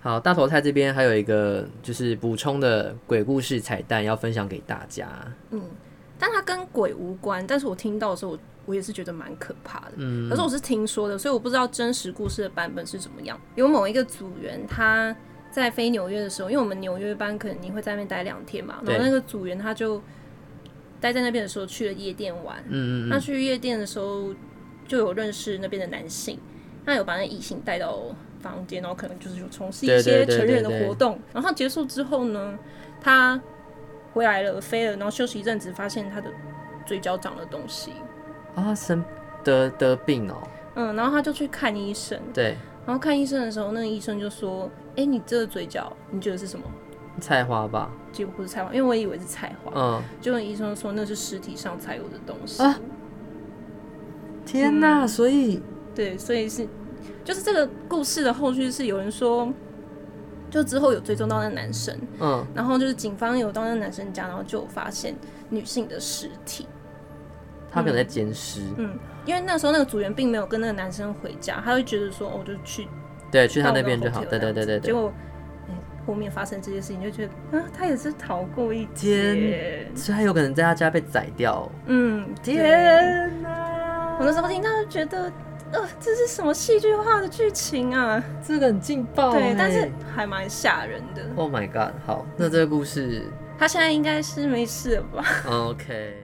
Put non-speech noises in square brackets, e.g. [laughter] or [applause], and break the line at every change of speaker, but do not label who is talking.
好，大头菜这边还有一个就是补充的鬼故事彩蛋要分享给大家。
但它跟鬼无关，但是我听到的时候，我我也是觉得蛮可怕的。嗯，可是我是听说的，所以我不知道真实故事的版本是怎么样。有某一个组员他在飞纽约的时候，因为我们纽约班可能你会在那边待两天嘛，
对
然后那个组员他就待在那边的时候去了夜店玩。
嗯嗯
那
嗯，
去夜店的时候就有认识那边的男性，那有把那异性带到房间，然后可能就是有从事一
对对
些
对
成人的
对对
活动。然后结束之后呢，他回来了，飞了，然后休息一阵子，发现他的嘴角长了东西，
啊，生得得病哦，
嗯，然后他就去看医生。
对，
然后看医生的时候，那个医生就说：“哎，你这个嘴角，你觉得是什么
菜花吧，？”
结果不是菜花，因为我以为是菜花，
嗯，
结果医生说那是尸体上才有的东西。
啊天
嗯
哪，所以
对，所以是就是这个故事的后续是有人说，就之后有追踪到那男生，
嗯，
然后就是警方有到那男生家，然后就有发现女性的尸体。
他可能在捡尸，
嗯，因为那时候那个组员并没有跟那个男生回家，他会觉得说，哦，我就去
对，去他
到
那
个
边就
hotel
好，
这
对对
样
对
子
对
结
对，
果、哎后面发生这些事情，就觉得啊，他也是逃过一
天 [laughs]
劫。
所以他有可能在他家被宰掉哦，
嗯，对！
天哪，
我那时候听到就觉得，呃，这是什么戏剧化的剧情啊？
这个很劲爆欸，
对，但是还蛮吓人的。
Oh my god，好，那这个故事
他现在应该是没事了吧？
OK。